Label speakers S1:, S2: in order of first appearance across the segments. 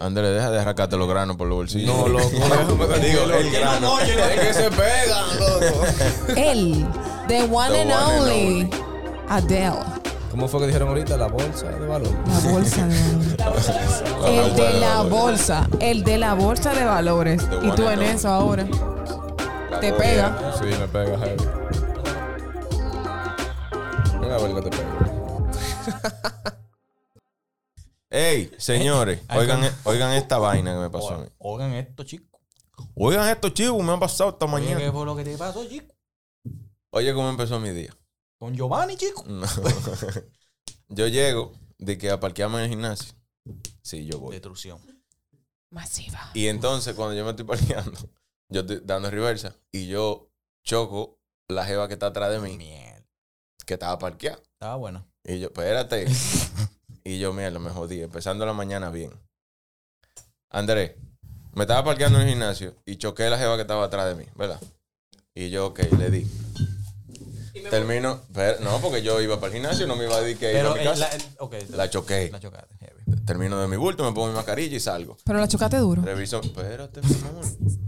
S1: Andrés, deja de arrancarte los granos por los bolsillos.
S2: No, loco.
S1: Digo, el grano.
S2: Oye, es que se pegan, loco.
S3: Él,
S1: The
S3: the one and
S1: one and
S3: only,
S1: only.
S3: Adele.
S2: ¿Cómo fue que dijeron ahorita? La bolsa de valor.
S3: La bolsa de valores. El de la bolsa. El de la bolsa de valores.
S1: The
S3: Y
S1: one
S3: tú
S1: and
S3: en
S1: only.
S3: eso ahora. Te pega.
S2: Sí, me pega heavy. Mira a ver que te pega.
S1: Ey, señores,
S4: Ay,
S1: oigan, e,
S4: con-
S1: oigan esta vaina que me pasó a mí.
S4: Oigan esto, chico.
S1: Oigan estos chivos, me han pasado esta
S4: Oye, ¿qué
S1: mañana.
S4: fue lo que te pasó, chico?
S1: Oye, cómo empezó mi día.
S4: Con Giovanni, chico.
S1: No. yo llego de que aparqueamos en el gimnasio. Sí, yo voy.
S4: Destrucción.
S3: Masiva.
S1: Y entonces, cuando yo me estoy parqueando, yo estoy dando reversa y yo choco la jeva que está atrás de mí,
S4: Miel.
S1: que estaba parqueada.
S4: Estaba buena.
S1: Y yo, espérate. y yo, mierda, me jodí. Empezando la mañana bien. Andrés, me estaba parqueando en el gimnasio y choqué la jeva que estaba atrás de mí, ¿verdad? Y yo, ok, le di. Termino. pero- no, porque yo iba para el gimnasio, no me iba a decir que iba a
S4: Pero
S1: mi
S4: eh,
S1: casa.
S4: la, el- ok,
S1: La choqué.
S4: la chocaste, heavy.
S1: Termino de mi bulto, me pongo mi mascarilla y salgo.
S3: Pero la chocaste duro.
S1: Reviso, espérate, mi amor.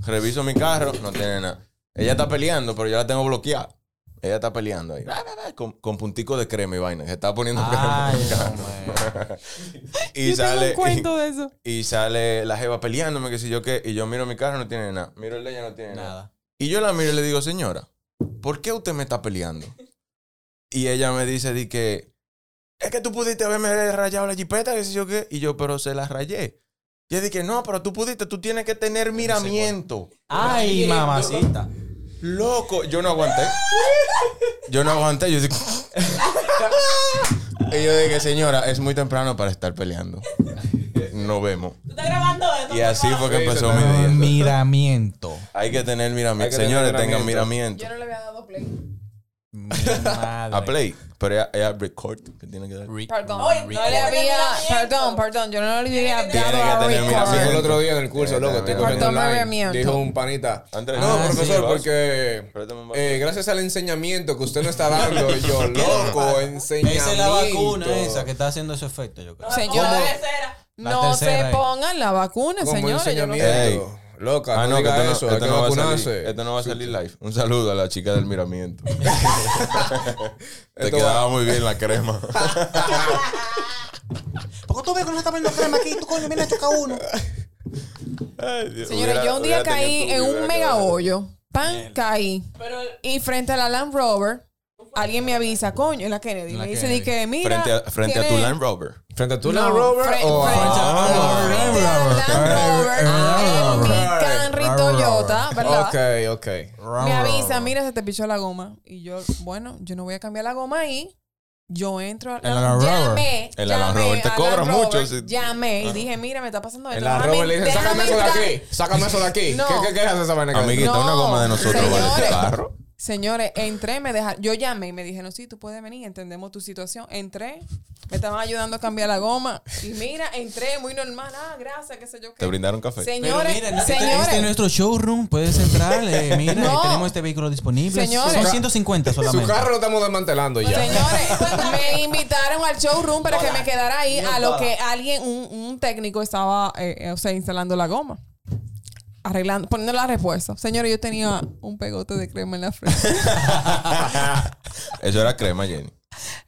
S1: Reviso mi carro, no tiene nada. Ella está peleando, pero yo la tengo bloqueada. Ella está peleando ahí. ra, ra, ra, Con, con puntico de crema y vaina. Se está poniendo crema.
S4: Ay, hombre.
S1: Y
S3: yo tengo
S1: sale.
S3: un cuento de eso.
S1: Y sale la jeva peleándome, que si yo qué. Y yo miro mi carro, no tiene nada. Miro el de ella, no tiene nada.
S4: Nada.
S1: Y yo la miro y le digo, señora, ¿por qué usted me está peleando? Y ella me dice, di que, es que tú pudiste haberme rayado la jipeta, que si yo qué. Y yo, pero se la rayé. Y ella dice, no, pero tú pudiste, tú tienes que tener miramiento.
S4: Ay, mamacita.
S1: Loco, yo no aguanté. Yo no aguanté, yo dije... y yo dije, señora, es muy temprano para estar peleando. Nos vemos.
S5: ¿Tú estás grabando esto?
S1: Y así fue que
S2: Sí,
S1: empezó
S2: se
S1: mi día.
S4: Miramiento.
S1: Hay que tener
S2: Hay
S1: miramiento.
S2: que tener
S1: Señores,
S2: miramiento.
S1: tengan miramiento.
S3: no le había dado play.
S4: Mi madre.
S1: A play. Pero ella, ella record que tiene que dar.
S4: Re-
S3: Perdón,
S5: Oye,
S3: no
S5: no
S3: le
S5: le
S3: había.
S5: había-
S3: Perdón, perdón, yo no le
S1: Tiene
S3: había dado a
S1: que tener
S3: record.
S2: Así
S1: miramiento.
S2: fue el otro día en el curso, loco. Estoy corriendo
S3: Faltó
S2: online.
S3: movimiento.
S2: Dijo un panita.
S1: Andrés,
S2: No,
S1: ah,
S2: profesor,
S1: sí,
S2: porque...
S1: Préstame un vaso.
S2: eh, gracias al enseñamiento que usted no está dando, yo loco, enseñamiento.
S4: Esa es la vacuna esa que está haciendo ese efecto, yo creo.
S3: Señor,
S5: La tercera.
S4: La
S3: no se
S4: tercera, eh.
S3: pongan la vacuna,
S2: Como
S3: señores. yo no-
S2: enseñamiento.
S1: Ey.
S2: Loca,
S1: Ah, no,
S2: no,
S1: que
S2: diga
S1: esto no,
S2: eso, hay
S1: esto
S2: que
S1: no va a salir.
S2: vacunarse.
S1: Esto no va a salir live. Un saludo a la chica del miramiento. Te
S2: Esto
S1: quedaba
S2: va-
S1: muy bien la crema.
S4: ¿Por qué tú ves que no se está poniendo crema aquí? Tú coño, mira, choca uno.
S3: Señores, yo un día caí en un mega hoyo. Pan, caí.
S5: Pero
S3: Y frente a la Land Rover, alguien me avisa, coño, en la Kennedy.
S4: La
S3: me dice,
S4: Kennedy.
S3: di que mira.
S1: Frente a, frente a tu
S3: tiene-
S1: Land Rover.
S2: ¿Frente a tu
S3: No,
S2: Land Rover
S3: fre-
S2: o a-
S3: frente a la
S4: Ah,
S3: Land Rover.
S4: Land Rover.
S3: Frente a la Land Rover.
S2: Ah,
S3: En mi Camry
S4: Land Rover.
S3: Toyota, ¿verdad?
S2: Ok, ok.
S3: Me avisa, mira, se te pichó la goma. Y yo, bueno, yo no voy a cambiar la goma ahí. Yo entro a
S4: El Land Rover.
S3: Llamé,
S1: El Land
S3: llamé
S1: Rover te
S3: a
S1: cobra
S3: Land
S1: mucho
S3: Rover,
S1: si-
S3: Llamé y dije, mira, me está pasando esto.
S2: En la
S3: Mami,
S2: Rover le dicen,
S3: déjame
S2: sácame eso de
S3: entrar".
S2: aquí, sácame eso de aquí.
S3: No.
S2: ¿Qué, qué, qué haces esa vaina? que haces?
S1: Amiguita,
S3: No,
S1: una goma de nosotros vale este
S3: señores.
S1: carro.
S3: Señores, entré, me dejaron. Yo llamé y me dijeron, sí, tú puedes venir, entendemos tu situación. Entré, me estaban ayudando a cambiar la goma. Y mira, entré muy normal. Ah, gracias, qué sé yo qué.
S1: Te brindaron café.
S3: Señores,
S4: este,
S3: señores.
S4: este es nuestro showroom, puedes entrar. eh, mira,
S3: No.
S4: tenemos este vehículo disponible.
S3: Señores.
S4: Son 150
S2: Su
S4: solamente.
S2: carro lo estamos desmantelando ya.
S3: Señores, me invitaron al showroom para que me quedara ahí a lo que alguien, un, un técnico estaba, eh, eh, o sea, instalando la goma. Arreglando, poniendo la respuesta. Señores, yo tenía un pegote de crema en la frente.
S1: Eso era crema, Jenny.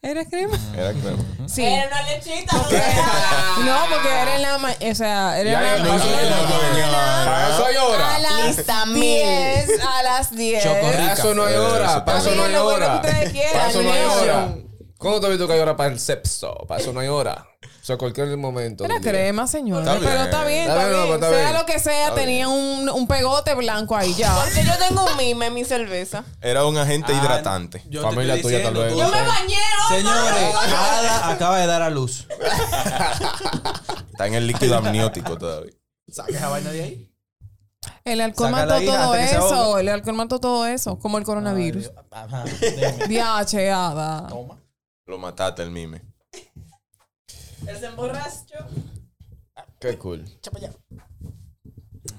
S3: ¿Era crema?
S1: Era crema.
S3: Sí.
S5: era una lechita. ¿no?
S3: No, porque era en la ma- O sea, era
S2: Ya,
S3: en la
S2: ya,
S3: mañana.
S2: Para eso hay
S3: A
S2: hora.
S3: las 10. A las 10.
S4: Chocorrito.
S2: Para eso no hay hora. Para eso no hay
S3: Está bien, lo
S2: hora.
S3: bueno que ustedes quieran,
S2: Para eso no hay
S3: Dios.
S2: hora. ¿Cómo te has visto que hay hora para el sepso? Para eso no hay hora. O sea, cualquier momento.
S3: Era
S2: del día.
S3: crema, señor.
S1: Está bien.
S3: Pero está bien,
S2: Está
S3: está
S2: bien,
S3: bien.
S2: no, pero está
S3: Sea
S2: bien.
S3: lo que sea, tenía un, un pegote blanco ahí ya.
S5: Porque yo tengo un mime en mi cerveza.
S1: Era un agente hidratante.
S4: Ah, Yo te
S2: Familia
S4: estoy
S2: tuya, tal
S4: diciendo,
S2: vez.
S4: tú-
S5: Yo me bañé hoy.
S4: Señores, Ada acaba de dar a luz.
S1: Está en el líquido amniótico todavía.
S4: Saca esa vaina de ahí.
S3: El alcohol
S4: Saca la
S3: mató
S4: hija
S3: todo
S4: antes que se
S3: eso.
S4: ahogue.
S3: El alcohol mató todo eso. Como el coronavirus.
S4: Ajá, deme.
S3: Diache, hada.
S4: Toma.
S1: Lo mataste el mime.
S5: Él se emborrachó.
S2: Qué cool.
S5: pues,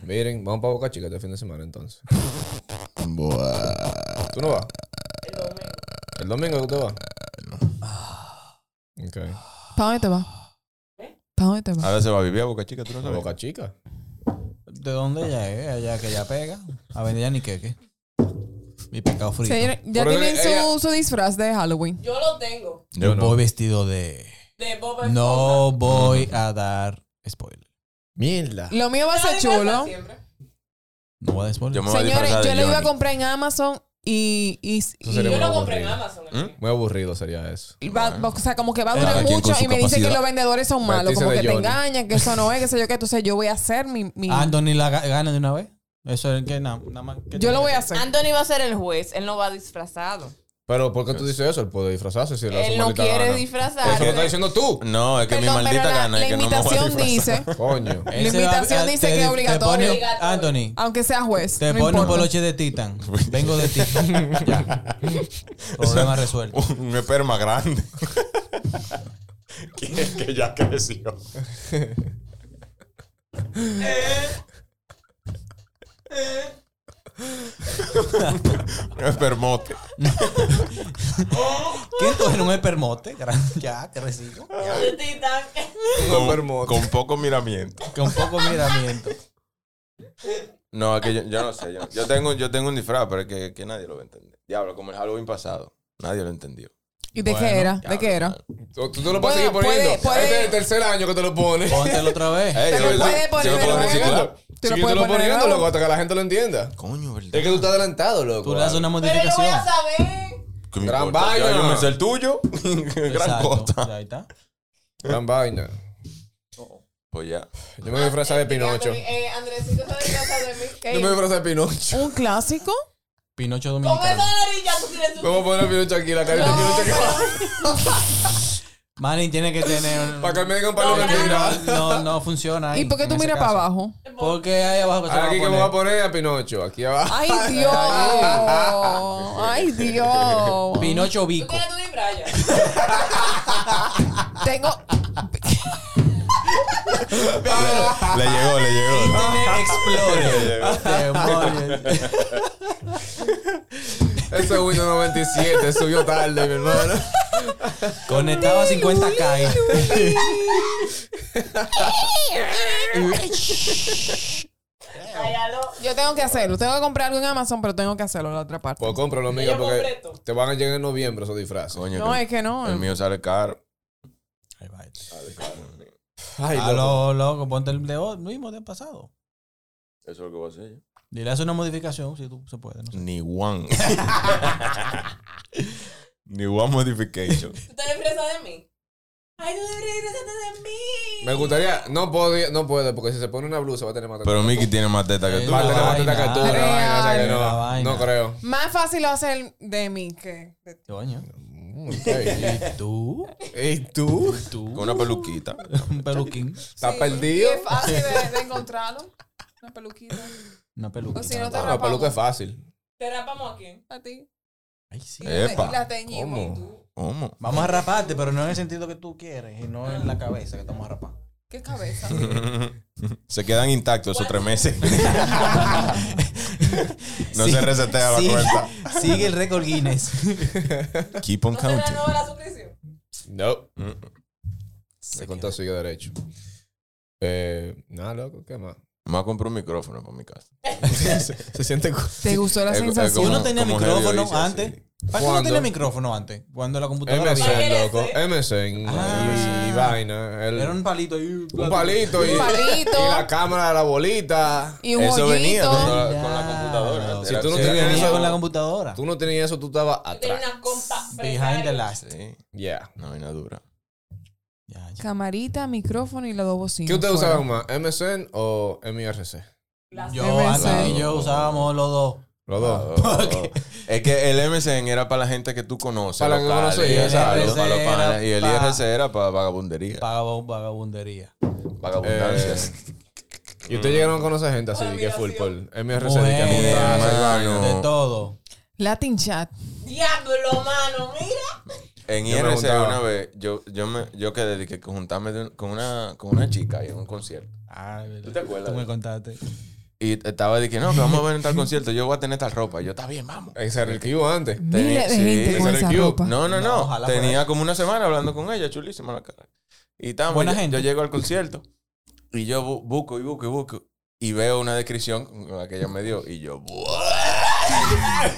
S2: Miren, vamos para Boca Chica este fin de semana entonces. ¿Tú no vas? ¿El
S5: El domingo.
S2: domingo tú te vas? No. Ah. Ok.
S3: ¿Para dónde te vas? ¿Para dónde te vas?
S1: Ahora se va a vivir a Boca Chica, tú no
S2: La
S1: sabes.
S2: boca chica.
S4: ¿De dónde ella es? Allá que ella pega. A ver, ya ni qué, qué. Mi pecado frito.
S3: Señores, ya
S2: Por eso
S3: tienen su,
S2: ella-
S3: su disfraz de Halloween.
S5: Yo lo tengo.
S1: Yo no.
S4: Voy vestido de.
S5: De Bob Esponja.
S4: No voy a dar spoiler.
S2: Mierda.
S3: Lo mío va a
S5: Yo lo
S3: ser
S5: disfrazo
S3: chulo.
S5: siempre.
S4: No voy a dar spoiler.
S1: Yo me voy a
S3: Señores,
S1: disfrazar de
S3: yo lo iba a
S1: Johnny.
S3: comprar en Amazon y, y, y-
S2: sería
S5: Yo
S2: bueno.
S5: lo compré en Amazon.
S1: ¿Mm?
S2: Muy aburrido sería eso.
S3: y va- o sea, como que va a
S1: Cada
S3: durar
S1: quien
S3: mucho
S1: con su
S3: y me dicen que
S1: capacidad.
S3: los vendedores son malos,
S2: Vestirse
S3: como que
S2: de
S3: te
S2: Johnny.
S3: engañan, que eso no es, que sé yo qué. Entonces yo voy a hacer mi... mi-
S4: Ah, Anthony la ga- gana de una vez. Eso es que nada nada más. que-
S3: yo lo voy a hacer.
S5: Anthony va a ser el juez. Él no va disfrazado.
S2: Pero, ¿por qué tú dices eso? Él puede disfrazarse si le da su
S5: Él no
S2: maldita
S5: quiere
S2: gana. Eso lo
S5: disfrazarse.
S2: estás diciendo tú.
S1: No, es que mi
S3: Perdón,
S1: maldita
S3: pero la-
S1: gana
S3: la
S1: es que no me voy a
S3: invitación
S1: disfrazar.
S3: dice,
S2: Coño.
S4: Él
S3: La
S4: se va-
S3: invitación
S4: te-
S3: dice que
S4: te-
S3: es
S4: te
S3: obligatorio.
S4: pone- Anthony,
S3: aunque sea juez,
S4: te
S3: no
S4: pone un
S3: importa.
S4: poloche de Titan. Vengo de Titan. Ya. Problema resuelto.
S1: un esperma grande. que, que ya creció. un espermote.
S4: ¿Qué tú eres? Un espermote. grande. Ya, que recibo.
S5: De Titán.
S1: Con,
S2: espermote.
S1: con poco miramiento.
S4: Con poco miramiento.
S1: No, es que yo, yo no sé. Yo, yo tengo, yo tengo un disfraz, pero es que, que nadie lo va a entender. Diablo, como el Halloween pasado. Nadie lo entendió.
S3: ¿Y de
S4: Bueno,
S3: qué era? ¿De qué era?
S2: Tú, tú te lo puedes
S3: Bueno,
S2: seguir poniendo.
S3: puede- puede-
S2: Este es el tercer año que te lo pones.
S4: Póntelo otra vez.
S1: Ey,
S3: Te lo
S1: yo-
S3: puedes
S1: yo
S3: poner
S1: lo
S3: de
S1: puedo
S3: nuevo.
S1: reciclar.
S3: Te lo
S2: Sigue
S3: puedes
S2: tú lo
S3: poner
S2: poniendo,
S3: ahora.
S2: loco, hasta que la gente lo entienda.
S1: Coño, ¿verdad?
S2: Es que tú estás adelantado, loco.
S4: Tú le haces una
S5: Pero yo lo voy a
S4: modificación.
S5: saber.
S1: Que me
S2: Gran
S1: importa.
S2: vaina.
S1: Ya Yo me sé el tuyo. Gran
S4: Exacto.
S1: cosa.
S4: Ya, Ahí está.
S2: Gran vaina.
S1: Pues ya.
S2: Yo me voy a disfrazar de Pinocho.
S5: Anthony, eh, Andresito se disfraza de mí.
S2: Yo me voy a disfrazar de Pinocho.
S3: ¿Un clásico?
S4: Pinocho
S5: Con esa
S4: dominicano.
S5: varilla tú tienes tu...
S2: ¿Cómo poner a Pinocho aquí? La carita de Pinocho que
S4: Manny tiene que tener.
S2: Para que me digan para la mentira.
S4: No, no funciona. ahí,
S3: ¿Y por qué
S4: en
S3: tú
S4: ese
S3: miras
S4: caso.
S3: para abajo?
S4: Porque ahí abajo que se
S2: Ahora aquí que me
S4: va
S2: voy
S4: a
S2: a
S4: poner.
S2: poner a Pinocho. Aquí abajo.
S3: ¡Ay, Dios! ¡Ay, Dios!
S4: Pinocho
S5: Tú
S4: Bico.
S5: tienes tu disfraz ya.
S3: Tengo...
S1: Le llegó, le llegó.
S4: Explore. Demonios.
S2: Ese es Windows 97 subió tarde, mi hermano.
S4: Conectado a 50k.
S5: Ay, aló.
S3: Yo tengo que hacerlo. Tengo que comprar algo en Amazon, pero tengo que hacerlo en la otra parte.
S2: Pues cómpralo, amiga,
S5: Yo
S2: porque
S5: completo.
S2: te van a llegar en noviembre esos disfraces.
S1: Coño,
S3: No,
S1: que-
S3: es que no.
S1: El mío sale caro.
S4: Ahí va.
S2: Ay,
S4: Ah,
S2: loco.
S4: Aló, loco, ponte el de hoy mismo del pasado.
S1: Eso es lo que voy a hacer yo.
S4: Dile, haz una modificación si tú se puede. No sé.
S1: Ni one. Ni one modification.
S5: Tú te disfrazas de mí. Ay, tú deberías disfrazarte de mí.
S2: Me gustaría, no puedo, no puede, porque si se pone una blusa va a tener más
S1: Pero Mickey tiene más teta que tú.
S2: Va a tener
S4: Una
S2: más teta
S4: vaina.
S2: que tú, una vaina, o sea que
S4: Real. Una vaina.
S2: no, no creo.
S3: Más fácil lo hacer de mí que de ti.
S4: Coño.
S2: Mm, Ok.
S4: ¿Y tú?
S1: eh,
S2: ¿Y tú?
S1: Con
S4: ¿Tú?
S1: una peluquita.
S4: Un peluquín.
S2: ¿Estás
S3: Sí,
S2: perdido?
S3: y Es fácil de, de encontrarlo. Una peluquita.
S4: Una peluquita.
S3: O si no te
S2: Ah, la
S3: rapamos.
S2: peluca es fácil.
S5: ¿Te rapamos aquí?
S3: A ti.
S4: Ay, sí.
S3: Y la te-
S1: Epa.
S3: y la teñimos.
S2: ¿Cómo?
S1: ¿Cómo?
S4: Vamos a raparte, pero no en el sentido que tú quieres, y no en la cabeza que estamos a rapar.
S3: ¿Qué cabeza?
S1: Se quedan intactos esos tres meses. No
S4: Sí,
S1: se resetea la
S4: sí.
S1: cuenta.
S4: Sigue el récord Guinness.
S1: Keep on
S5: ¿No te
S1: counting.
S5: renueva la suscripción?
S2: No. Se
S4: Se
S2: contó sigue derecho. Eh, nada, loco, ¿qué más?
S1: Me voy a comprar un micrófono para mi casa.
S2: Se siente... cu-
S3: ¿Te gustó la
S1: Es- es
S3: sensación?
S4: Yo
S1: como-
S4: no tenía
S1: como Helio
S4: micrófono
S1: dice,
S4: antes.
S1: sí.
S4: ¿Para qué no
S2: ¿Cuándo?
S4: tenía micrófono antes? Cuando la computadora había.
S2: MSN, loco. MSN.
S4: Ah.
S2: Y vaina. El-
S4: Era un palito ahí.
S2: Un palito y,
S3: Un palito.
S2: y la cámara de la bolita.
S3: Y un
S1: Eso venía
S3: joyito.
S1: con la, con la computadora.
S4: Si
S1: Era-
S2: tú no
S1: sí,
S2: tenías
S1: era-
S2: eso-
S4: con la computadora.
S2: Tú no tenías eso, tú estabas
S5: Tiene
S2: atrás.
S5: una compa
S4: Behind the last.
S1: Ah, Sí,
S2: Yeah.
S1: una vaina dura.
S4: Ya, ya.
S3: Camarita, micrófono y los dos bocinas.
S2: ¿Qué ustedes
S3: fuera.
S2: usaban más? ¿MSN o MIRC?
S4: Yo,
S3: MSN.
S4: Ana y yo usábamos los dos.
S2: Los
S1: Oh,
S2: dos.
S1: oh. Es que el MSN era para la gente que tú conoces.
S2: Para la que
S1: locales,
S2: conoces,
S1: exacto,
S4: exacto.
S1: para los panas.
S4: era
S1: Y el
S4: pa-
S1: IRC era para vagabundería.
S4: Pagaba vagabundería.
S2: Eh,
S1: vagabundancias.
S2: Y ustedes llegaron a conocer gente así, que full por MIRC. de que
S4: Mujeres,
S2: montadas,
S1: hermano.
S4: de todo.
S3: Latin chat.
S5: Diablo, mano, mira.
S1: En
S2: Yo me
S1: IRC
S2: juntaba.
S1: una vez, yo, yo, me, yo quedé de que juntarme de- con, una, con una chica y en un concierto.
S4: Ah,
S1: ¿Tú te acuerdas?
S4: Tú me contaste.
S1: Y estaba de que no, que vamos a ver en tal concierto, yo voy a tener tal ropa. Y yo, está bien, vamos.
S2: Ese era el que iba antes.
S1: Tenía-
S3: Miles
S1: sí,
S3: de gente con
S1: ese
S2: era
S3: esa
S2: el cute.
S3: ropa.
S1: No, no,
S4: No,
S1: no.
S4: ojalá fuera
S1: Tenía como una semana hablando con ella, chulísima la cara. Y estamos,
S4: Buena
S1: yo,
S4: gente.
S1: yo llego al concierto y yo bu- busco y busco y busco y veo una descripción como la que ella me dio y yo "Buah".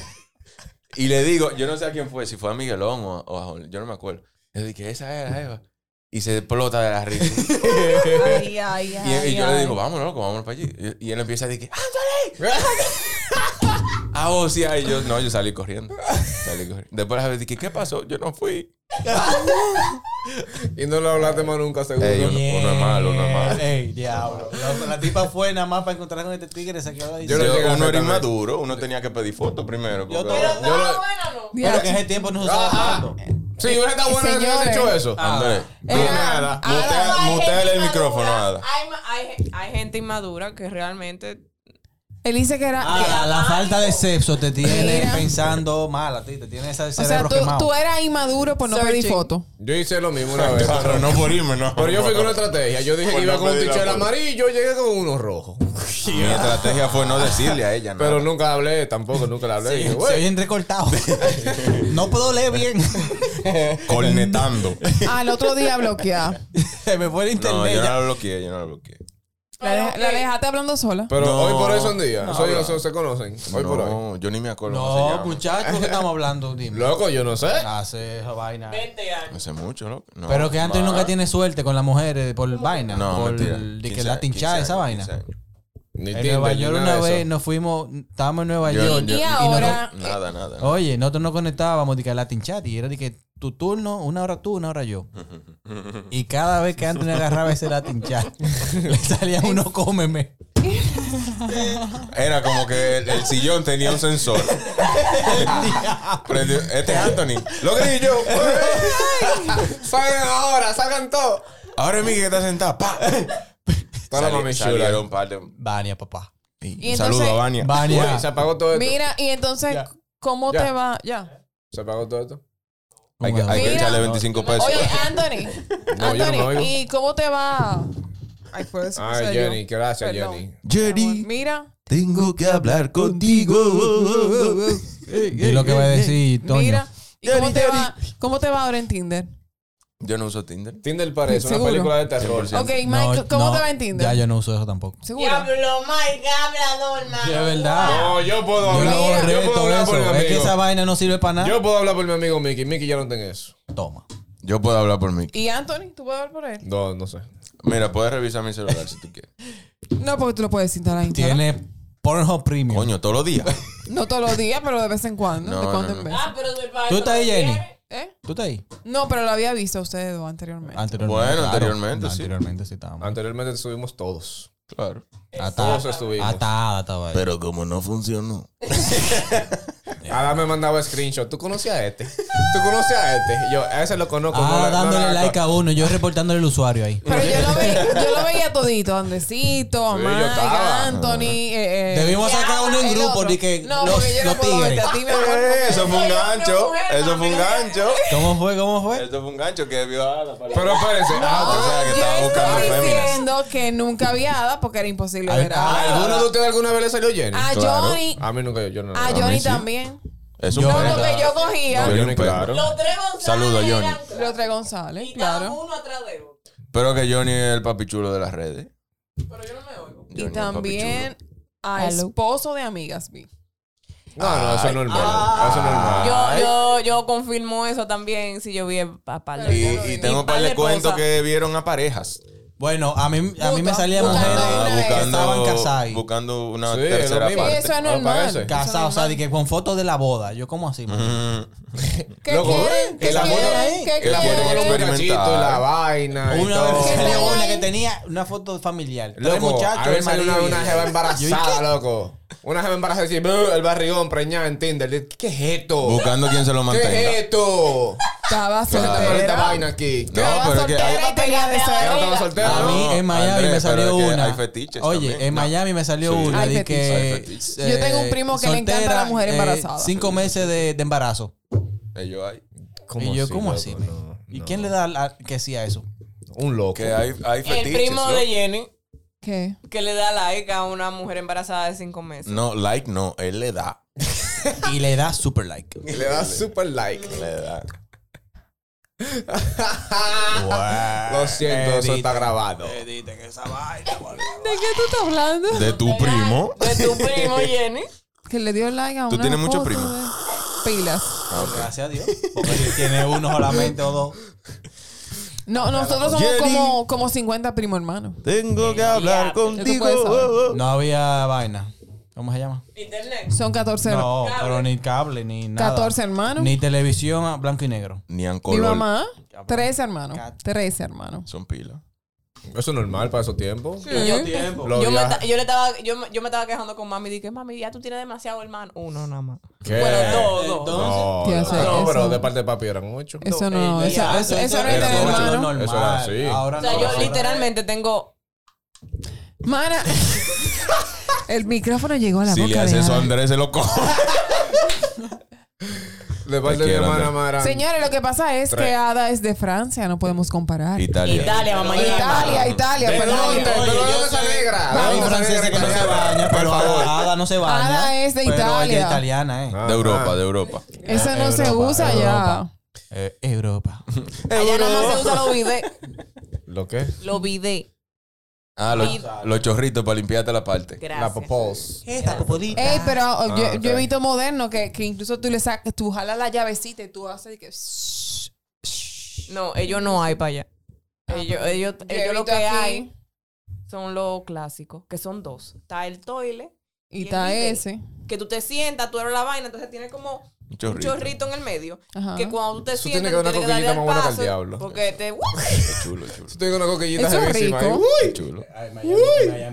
S1: y le digo, yo no sé a quién fue, si fue a Miguelón o, o a Jol- yo no me acuerdo. Le dije, esa era Eva. Y se explota de la risa.
S3: Ay, ay,
S1: Y,
S3: ay,
S1: y yo le
S3: ay.
S1: digo, vámonos, loco, vámonos para allí. Y, y él empieza a decir, ¡Ándale! Ah, o sea, y yo, no, yo salí corriendo. Salí corriendo. Después la vez dije, ¿qué pasó? Yo no fui.
S2: Y no lo hablaste más nunca, seguro.
S1: Ey, uno- uno es malo, uno es malo.
S4: Ey, diablo. Loco, la tipa fue nada más para encontrar con este tigre. Se quedó ahí.
S1: Yo,
S2: Yo no llegué a
S1: uno
S2: hacer
S1: era
S2: también.
S1: inmaduro, uno tenía que pedir fotos primero.
S4: Yo
S1: porque-
S4: te-
S5: Pero
S2: Yo
S5: estaba
S2: lo-
S5: buena, ¿no?
S4: Pero que
S3: Diablo.
S4: en ese tiempo no se usaba
S2: Ajá.
S4: tanto.
S2: Sí, hubiera estado bueno que hubiese
S3: Señores.
S2: hecho eso.
S4: Ah.
S1: Andrés,
S3: Eh,
S1: dime,
S3: Ada.
S1: mutea-
S5: Hay
S1: muteale
S5: gente
S1: el micrófono,
S5: inmadura,
S1: Ada.
S5: Hay, ma- hay- hay gente inmadura que realmente.
S3: Él dice que era.
S4: Ah, la, la falta de sexo te tiene
S3: Mira.
S4: pensando mal a ti. Te tiene ese
S3: o sea,
S4: cerebro
S3: tú,
S4: quemado.
S3: tú eras inmaduro por no pedir
S5: Searching.
S3: foto.
S2: Yo hice lo mismo una vez.
S1: Claro,
S2: pero-
S1: no por irme, no.
S2: Pero yo fui con una estrategia. Yo dije
S1: Ah, Por
S2: que iba
S1: no
S2: con un
S1: pedir la
S2: tichel
S1: foto.
S2: amarillo, llegué con uno rojo.
S1: Mi estrategia fue no decirle a ella,
S2: Pero
S1: Pero
S2: nunca hablé, tampoco, nunca le hablé. Dije,
S4: Se
S2: güey,
S4: oye entrecortado. no puedo leer bien.
S1: cornetando.
S3: Al otro día bloqueada.
S4: Se me fue el
S1: No,
S4: internet.
S1: yo
S4: ya.
S1: no la bloqueé, yo no la bloqueé.
S3: La, dej- la dejaste hablando sola.
S2: Pero
S1: No.
S2: hoy por hoy son días.
S1: No,
S2: Eso ellos
S1: no.
S2: son- se conocen. Hoy por hoy.
S1: No, yo ni me acuerdo cómo se
S4: No,
S1: llama.
S4: muchachos, ¿qué estamos hablando? Dime.
S2: Loco, yo no sé.
S4: Hace esa vaina.
S5: 20 años.
S1: Hace mucho, loco. No,
S4: Pero que antes
S1: va.
S4: nunca tiene suerte con las mujeres por vaina.
S1: No,
S4: por
S1: mentira.
S4: el- de que
S1: 15
S4: la tinchada
S1: años,
S4: esa
S1: 15
S4: vaina.
S1: años, 15 años.
S2: Ni
S4: En
S2: Tinder,
S4: Nueva
S2: ni
S4: York
S2: nada
S4: una
S2: de eso.
S4: vez nos fuimos, estábamos en Nueva
S1: Yo-
S4: York.
S1: yo-
S3: y
S1: no-
S3: ahora.
S1: Nada, nada.
S4: Oye, nosotros nos conectábamos de que la tinchat y era de que tu turno, una hora tú, una hora yo. Y cada vez que Anthony agarraba ese Latin chat, le salía uno cómeme.
S1: Era como que el, el sillón tenía un sensor. Prendió- este es Anthony. Lo creí yo.
S2: Salgan ahora, salgan todos.
S1: Ahora es Miguel que está sentado. Pa.
S2: Para
S1: Sali-
S2: mami
S1: salieron
S2: chula.
S1: un par de-
S4: Vania, papá.
S1: Un
S3: entonces-
S1: saludo a Vania.
S4: Vania.
S2: Güey, Se apagó todo esto.
S3: Mira, y entonces,
S2: Ya.
S3: ¿cómo
S2: Ya.
S3: te va? Ya.
S2: Se apagó todo esto.
S1: Hay que, hay que
S3: Mira.
S1: echarle 25 pesos.
S3: Oye, Anthony.
S2: No, yo no me
S3: Anthony,
S2: oigo.
S3: ¿y cómo te va? Ay, puede ser.
S2: Ay, Jenny, gracias,
S3: Perdón.
S2: Jenny.
S1: Jerry,
S3: Mira,
S1: tengo que hablar contigo.
S4: Y lo que va a decir Toño.
S3: mira. ¿Y cómo
S1: Yeri,
S3: te,
S1: Yeri.
S3: va, cómo te va ahora en Tinder?
S1: Yo no uso Tinder.
S2: Tinder parece una
S3: ¿Seguro?
S2: película de terror.
S1: 100%.
S3: Ok,
S4: No,
S3: Mike, ¿cómo
S4: no,
S3: te va en Tinder?
S4: Ya yo no uso eso tampoco.
S3: ¿Seguro?
S5: Diablo, Mike, hablador,
S4: De
S5: hermano.
S4: verdad.
S2: No, yo puedo
S4: Yo
S2: hablar.
S4: lo
S2: yo
S4: borré
S2: puedo
S4: todo
S2: hablar por mi
S4: eso. Es que
S2: amigo.
S4: esa vaina no sirve para nada.
S2: Yo puedo hablar por mi amigo Mickey. Mickey ya no tiene eso.
S4: Toma.
S1: Yo puedo hablar por mí.
S3: ¿Y Anthony? ¿Tú puedes ver por él?
S2: No, no sé.
S1: Mira, puedes revisar mi celular si tú quieres.
S3: No, porque tú lo puedes instalar en Instagram.
S4: Tiene Pornhub Premium.
S1: Coño, todos los días.
S3: No todos los días, pero de vez en cuando.
S1: No,
S3: de cuando
S1: no,
S3: en
S1: no.
S3: vez.
S5: Ah, pero tú
S4: ¿Tú estás ahí, Jenny?
S3: ¿Eh?
S4: ¿Tú estás ahí?
S3: No, pero lo había visto a ustedes dos anteriormente.
S4: Anteriormente.
S1: Bueno,
S4: claro.
S1: anteriormente, sí.
S4: Anteriormente sí estábamos.
S2: Anteriormente subimos todos.
S1: Claro.
S2: Todos
S4: Atada.
S2: estuvimos.
S4: Atada estaba Ah, ahí.
S1: Pero como no funcionó.
S2: Adam me mandaba screenshot. ¿Tú conoces a este? ¿Tú conoces a este? Yo, a ese lo conozco.
S4: Ah,
S2: no le- no
S4: dándole
S2: le-
S4: like a uno, yo reportándole el usuario ahí.
S3: Pero yo lo, ve- yo lo veía todito, Andresito, a
S2: Sí,
S3: Mike,
S2: yo estaba.
S3: Anthony. Eh, eh,
S4: Debimos
S3: ya,
S4: sacar uno en
S3: el
S4: grupo,
S3: otro.
S4: di que
S3: no,
S4: los-
S3: porque yo no
S4: los
S3: puedo verte
S4: tigres.
S3: a ti, mi amor.
S1: Eh, Eso fue un gancho. Eso fue un gancho.
S4: ¿Cómo fue? ¿Cómo fue?
S1: Esto fue un gancho que vio a Ada para-
S2: Pero espérense. ah,
S1: o sea, que estaba
S3: Yo
S1: buscando
S3: estoy
S1: féminas.
S3: diciendo que nunca había Ada porque era imposible
S4: Ay, ah,
S3: ver a
S2: ¿A
S3: Ada.
S2: alguno de ustedes alguna vez le salió Jenny?
S3: A
S1: claro.
S3: Ah, Johnny,
S2: A mí nunca, yo no.
S3: a
S1: mí
S3: Johnny
S1: sí.
S3: también.
S1: Es un
S4: Yo-
S3: No,
S1: perro.
S3: porque yo cogía
S1: Yo-
S2: Johnny, claro.
S5: Los tres González.
S1: Saludos, Johnny.
S5: eran-
S3: los tres González,
S5: Y estaban
S3: claro.
S5: uno atrás de otro.
S1: Pero que Johnny es el papi chulo de las redes.
S5: Pero yo no me oigo.
S1: Johnny es
S3: Y
S1: el papi
S3: también
S1: chulo.
S3: a esposo de amigas vi.
S2: No, no, eso es normal.
S3: Ah,
S2: eso es normal.
S5: Yo, yo, yo confirmo eso también si yo vi el papá.
S1: Y, y tengo un par de cuentos que vieron a parejas.
S4: Bueno, a mí, a mí me
S3: Puta.
S4: salían
S3: Puta,
S4: mujeres
S3: no, una
S4: que estaban
S1: buscando,
S4: casadas.
S1: buscando una
S2: Sí, es lo
S1: tercera
S2: mismo.
S1: parte.
S3: Eso es
S2: ¿no parece?
S3: normal.
S4: Casadas, o sea, de que con fotos de la boda. Yo, como así? man?
S1: Mm.
S3: ¿Qué
S2: Loco,
S3: quieren? ¿Qué
S2: el amor
S3: quieren?
S4: ahí.
S3: ¿Qué
S1: El amor
S2: Con los
S3: quieren?
S1: experimental.
S2: cachitos y la vaina. y
S4: Una
S2: todo.
S4: vez salió
S3: Ay.
S4: una que tenía una foto familiar. Tú eres
S2: Loco,
S4: muchacho,
S2: a veces
S4: el marido.
S2: una, una
S4: y-
S2: jeva
S4: Yo, ¿y
S2: embarazada, loco. Una jeva embarazada así, "Bruh", el barrigón preñada en Tinder. ¿Qué es esto?
S1: Buscando quién se lo
S2: ¿Qué
S1: mantenga.
S2: es esto?
S3: Estaba
S2: ¿Qué es esta maldita
S3: soltera.
S2: vaina aquí? ¿Qué?
S1: No, pero es que hay,
S3: Soltera y tenía
S2: Yo no
S3: deseo.
S2: estaba
S4: qué?
S2: soltero.
S4: A mí en Miami
S1: Andrés,
S4: me salió
S1: pero es que
S4: una.
S1: hay fetiches
S4: Oye,
S1: también.
S4: en
S1: No.
S4: Miami me salió
S1: Sí.
S4: una.
S3: Hay
S4: de
S3: fetiches.
S1: Hay
S4: que,
S1: fetiches.
S4: eh,
S3: Yo tengo un primo que le encanta
S4: soltera,
S3: la mujer
S4: eh,
S3: embarazada.
S4: cinco meses de, de embarazo.
S1: Eh, yo hay.
S4: y yo, ¿cómo así?
S2: loco?
S4: man?
S2: No,
S4: ¿Y
S2: no.
S4: quién le da la- que sí a eso?
S2: Un loco.
S1: Que hay, hay fetiches.
S5: El primo
S1: ¿no?
S5: de Jenny
S3: ¿Qué?
S5: que le da like a una mujer embarazada de cinco meses.
S1: No, like no, él le da.
S4: Y le da super like.
S2: Le da super like.
S1: Le da.
S2: Lo siento, eso está grabado.
S4: Editen esa vaina, boludo.
S3: ¿De qué tú estás hablando?
S1: De tu primo.
S5: De tu primo, Jenny.
S3: Que le dio like a una
S1: ¿Tú tienes muchos
S3: foto
S1: primos?
S3: de- Pilas.
S1: Ah, ok.
S4: Gracias a Dios. Porque si tiene uno solamente o dos.
S3: No, nosotros somos
S1: Jenny.
S3: como, como 50 primo hermanos.
S1: Tengo que hablar contigo. Oh,
S3: puedes saber.
S4: No había vaina. ¿Cómo se llama?
S5: Internet.
S3: Son 14
S4: No,
S5: Cable.
S4: pero ni cable, ni nada.
S3: 14 hermanos.
S4: Ni televisión a blanco y negro.
S1: Ni
S3: Mi
S1: Ancolol.
S3: mamá, 13 hermanos. 13 hermanos.
S1: Son pilas.
S2: Eso es normal para esos tiempos.
S5: yo,
S4: tiempo.
S2: Los
S5: yo me,
S2: viajes-
S5: ta- yo le estaba, yo, me- yo me estaba quejando con mami. Dije, mami, ya tú tienes demasiado hermano. Uno nada más.
S1: Eh,
S2: ¿Qué?
S5: Bueno, dos,
S3: eh,
S5: dos.
S2: No,
S3: ¿Qué
S2: no,
S3: hace
S2: no,
S3: eso?
S2: pero de parte de papi eran ocho.
S3: Eso no,
S5: eh,
S3: eso,
S5: ya,
S3: eso, eso no es
S2: era
S3: tener
S2: mucho,
S3: hermano.
S2: normal. Eso era así.
S4: Ahora
S5: O sea,
S4: no,
S5: yo
S4: ahora-
S5: literalmente tengo.
S3: Mana. El micrófono llegó a la
S1: Si le
S3: boca de
S1: haces eso a
S3: Ana.
S1: Andrés, se lo cojo.
S2: De parte
S1: Te
S2: de mi
S1: quiero,
S2: hermana
S1: Andrés.
S2: más eran-
S3: Señores, lo que pasa es que
S2: Tres.
S3: Ada es de Francia, no podemos comparar.
S1: Italia.
S5: Italia, mamá.
S3: Italia, Italia,
S2: ¿De
S3: perdón.
S2: dónde?
S4: Oye,
S2: ¿Pero
S4: yo
S2: dónde esa
S4: sé-
S2: negra?
S4: Hay
S2: ¿Dónde esa
S4: franceses
S2: negra
S4: que no se
S2: italiana?
S4: baña,
S2: Por
S4: pero
S2: favor.
S4: Ada no se baña.
S3: Ada es de
S4: pero
S3: Italia.
S4: Ella es italiana, ¿eh?
S1: De
S2: Ah.
S1: Europa, de Europa.
S3: Eso no se
S4: Europa,
S3: usa ya.
S4: Europa. Eh, Europa.
S5: Allá nada más se usa los bidés.
S2: ¿Lo qué?
S5: Los bidés.
S1: Ah, los, los chorritos para limpiarte la parte.
S2: La
S5: Gracias.
S2: popols.
S4: Esta popolita.
S3: Ey, pero oh, yo,
S2: Ah,
S3: yo he
S2: ok.
S3: visto moderno que, que incluso tú le sacas, tú jalas la llavecita y tú haces que. shh, shh.
S5: No, ellos no hay para allá. Ellos, ellos,
S3: Ah. Yo he
S5: ellos lo
S3: visto
S5: que
S3: aquí,
S5: hay son los clásicos, que son dos. Está el toile,
S3: Y
S5: y
S3: está
S5: el bidet.
S3: ese.
S5: que tú te sientas, tú eres la vaina, entonces tiene como
S1: Un
S5: un
S1: chorrito.
S5: chorrito en el medio.
S3: Ajá.
S5: Que cuando tú te
S2: Eso
S5: sientas,
S2: tiene que dar
S5: tú
S2: una
S5: tienes que darle
S2: coquillita
S5: al
S2: más buena que el
S5: paso,
S2: diablo.
S5: Porque te. uh,
S1: Chulo, chulo.
S2: Tengo una coquillita
S3: Eso es
S2: jevísima ahí.
S3: rico.
S1: Uh.
S2: ¡Uy!
S1: Chulo.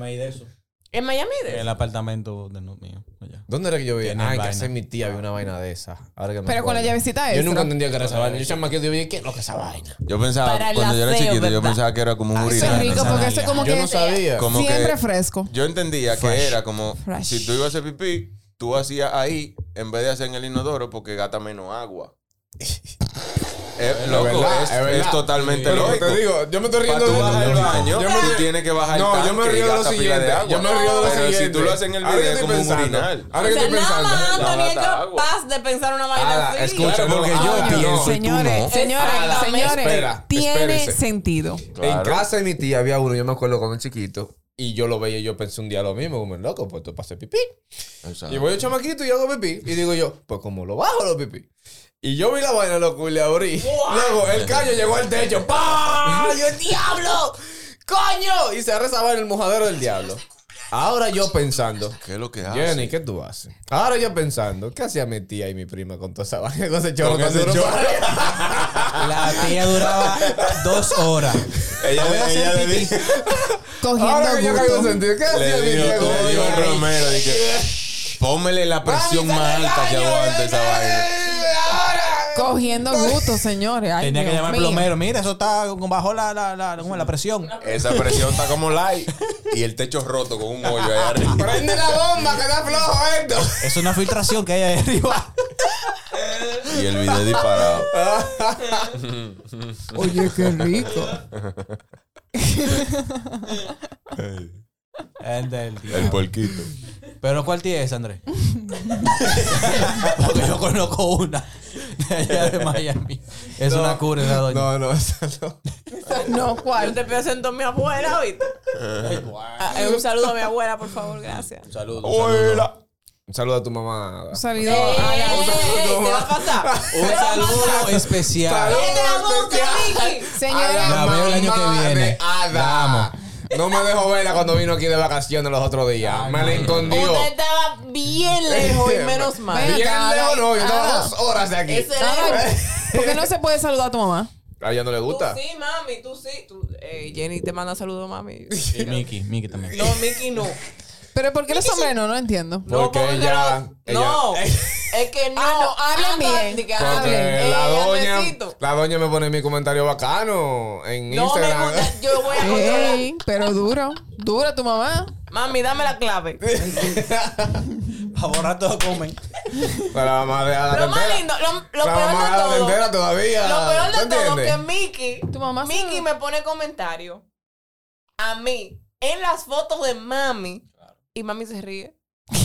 S4: de eso.
S5: En Miami, de-
S4: El apartamento de no, mío. allá.
S2: ¿Dónde era que yo Ah, vivía?
S4: Tiene
S2: Ay, que
S4: vaina.
S2: hace mi tía había una vaina de esa. Ahora que me
S3: Pero con la
S2: acuerdo.
S3: llavecita
S2: Yo
S3: extra.
S2: nunca entendía que era esa vaina. Yo chamaquito yo vi ¿qué es lo que es esa vaina?
S1: Yo pensaba,
S5: Para el
S1: cuando yo era
S5: aseo,
S1: chiquito, yo
S5: ¿verdad?
S1: pensaba que era como un
S3: Eso es
S1: urinal.
S3: rico porque eso es como
S2: Yo
S3: que
S2: no sabía.
S1: Como que-
S3: siempre fresco.
S1: Yo entendía que era como
S3: Fresh.
S1: si tú ibas a hacer pipí, tú hacías ahí en vez de hacer en el inodoro porque gasta menos agua. es, loco,
S2: verdad,
S1: es,
S2: es verdad.
S1: es totalmente
S2: Pero
S1: lógico.
S2: te digo, yo me estoy
S1: Para
S2: riendo
S1: tú
S2: de
S1: bajar al
S2: Yo me-
S1: baño,
S2: yo me-
S1: tú tienes que bajar
S2: No,
S1: el
S2: yo me
S1: tanque y
S2: río de lo
S1: gasta pila
S2: siguiente.
S1: agua.
S2: Yo me río de lo
S1: Pero
S2: siguiente.
S1: si tú lo haces en el
S2: Ahora yo
S1: video, es
S2: estoy
S1: como un
S2: pensando. ah,
S1: urinal.
S2: Ahora que
S5: O sea,
S2: estoy pensando.
S5: nada más
S1: No,
S5: también es
S1: gata agua.
S5: capaz de pensar una vaina
S2: Ada,
S5: así.
S2: escucha,
S1: Claro,
S2: porque
S1: no,
S2: yo
S1: ahora
S2: pienso.
S1: no.
S3: Señores,
S1: no.
S3: señores,
S5: Ala,
S3: señores,
S2: espera,
S3: tiene
S2: espérese.
S3: sentido.
S1: Claro.
S2: En casa de mi tía había uno, yo me acuerdo cuando era chiquito. Y yo lo veía y yo pensé un día lo mismo, como loco, pues tú pasé pipí.
S1: Exacto.
S2: Y voy yo chamaquito y hago pipí. Y digo yo, pues como lo bajo lo pipí. Y yo vi la vaina, loco, y le abrí. Luego el callo llegó al techo. ¡Pah! ¡Yo, el diablo! ¡Coño! Y cerré esa vaina el mojadero del diablo. Ahora yo pensando.
S1: ¿Qué es lo que haces?
S2: Jenny, ¿qué tú haces? Ahora yo pensando, ¿qué hacía mi tía y mi prima con toda esa vaina con ese chorro?
S1: Con
S2: tan
S1: ese
S2: duro?
S4: La tía duraba dos horas.
S1: Ella,
S4: Voy a hacer
S1: ella le
S4: pipí.
S1: dijo
S3: Cogiendo
S2: Ahora que yo caigo en
S3: gusto.
S2: sentido, ¿qué hacía
S1: le
S2: mi
S1: dijo-
S2: tía? con
S1: le
S2: ese
S1: dijo
S2: chorro?
S1: a Romero, dije, pómele la presión más alta que aguante esa vaina.
S3: Cogiendo gusto, señores. Ay,
S4: Tenía que
S3: Dios
S4: llamar al
S3: mío.
S4: plomero. Mira, eso está bajo la, la, la, ¿cómo es? la presión.
S1: Esa presión está como light y el techo roto con un hoyo ahí arriba.
S2: Prende la bomba, que está flojo esto.
S4: Es una filtración que hay ahí arriba.
S1: Y el video disparado.
S3: Oye, qué rico.
S4: Entendí.
S1: El puerquito.
S4: Pero ¿cuál tía es, Andrés? Porque yo conozco una de allá de Miami. Es
S2: No.
S4: una cura, esa doña.
S2: No, no, esa no.
S3: No,
S5: Yo
S3: ¿cuál?
S5: te presento a mi abuela, ¿viste? Ah, eh, un saludo a mi abuela, por favor, gracias.
S4: Saludos.
S1: Hola.
S2: Un saludo a tu mamá.
S3: Salido
S2: Ah,
S5: Ey,
S2: Eh,
S3: a la-
S5: ey, ey,
S2: no,
S5: Eh, te va
S2: no.
S5: a pasar.
S4: Un
S5: Te va a
S4: saludo
S5: pasar.
S4: especial.
S2: Salud.
S5: Vete a la boca, Vicky.
S3: Señores,
S4: La veo el año que
S2: mamá
S4: viene.
S2: de Ada.
S4: La amo.
S2: No me dejó verla cuando vino aquí de vacaciones los otros días.
S4: Ay,
S2: me la
S4: madre.
S2: escondió.
S5: Usted estaba bien lejos y menos mal.
S3: Ven
S2: Bien
S3: acá,
S2: lejos, no. Yo estaba
S3: Ada.
S2: dos horas de aquí.
S5: Ese
S3: Ada,
S5: era-
S3: ¿por qué no se puede saludar a tu mamá?
S2: A ella no le
S5: Tú
S2: gusta.
S5: sí, mami, tú sí. Tú- eh, Jenny te manda saludos, mami.
S4: Y Miki, Miki también.
S5: No, Miki no.
S3: Pero ¿por qué los hombres no? No entiendo.
S5: No,
S2: Porque ella- ella-
S5: No, es que no.
S3: Ah, no, hablen
S5: habla-
S3: bien.
S5: di que
S2: Porque
S5: hablen.
S2: la
S5: Ey,
S2: doña,
S5: Andresito.
S2: la doña me pone mi comentario bacano en
S5: No me
S2: Instagram.
S5: gusta. Yo voy a controlar.
S3: Ey, pero duro. Dura tu mamá.
S5: Mami, dame la clave.
S4: Pa' borrar todo comen.
S2: Pero la mamá de Ada
S5: Lo más
S2: entera.
S5: lindo, lo, lo
S2: La mamá de Ada
S5: peor de
S2: entera
S5: todo.
S2: todavía.
S5: Lo peor
S2: ¿Tú
S5: de todo
S2: entiendes?
S5: que Miki,
S3: Tu mamá se-
S5: Miki me pone comentario a mí en las fotos de mami y mami se ríe.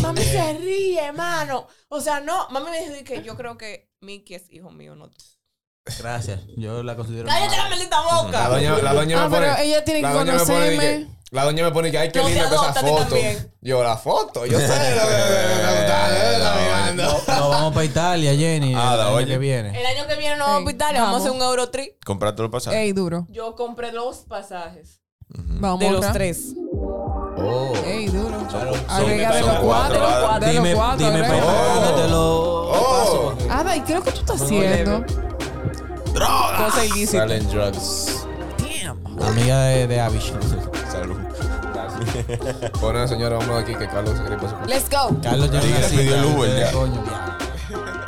S5: Mami se ríe, hermano. O sea, no, mami me dice que yo creo que Miki es hijo mío, no tú.
S4: Gracias. Yo la considero.
S5: ¡Cállate la maldita boca!
S2: La doña, la doña
S3: Ah,
S2: me pone.
S3: pero ella tiene que
S2: la doña me pone de que-
S3: conocerme.
S2: la doña me pone que, ay, qué
S5: No te
S2: linda que esa
S5: adopta, tú
S2: foto.
S5: también.
S2: Yo, la foto, yo sé lo que me está mirando.
S4: Nos vamos para Italia, Jenny.
S1: Ah,
S4: el
S1: da,
S4: año
S1: oye.
S4: que viene.
S5: El año que viene no
S3: Ey,
S5: vamos a Italia, vamos a hacer
S3: vamos.
S5: un Eurotrip.
S1: Compraste los
S2: Eh.
S1: pasajes.
S3: Ey, duro.
S5: Yo compré los pasajes.
S3: Vamos
S5: De los
S3: otra.
S5: tres.
S2: Oh.
S3: Ey, duro.
S1: son
S3: Agrega de los cuatro.
S1: cuatro,
S3: De los
S4: Dime,
S3: cuatro.
S4: dime,
S3: agrega.
S4: para ir pagándotelo.
S2: Oh.
S3: Ada, ¿y qué es lo que tú estás haciendo?
S1: ¡Droga!
S3: Cosa ilícita.
S1: Salen drugs.
S4: Amiga de, de Avish.
S1: Salud.
S2: Bueno, señora, vamos aquí que Carlos se gripa su
S3: Let's go.
S4: Carlos, yo
S1: Alguien le pidió el Uber, ya.
S4: Coño, ya.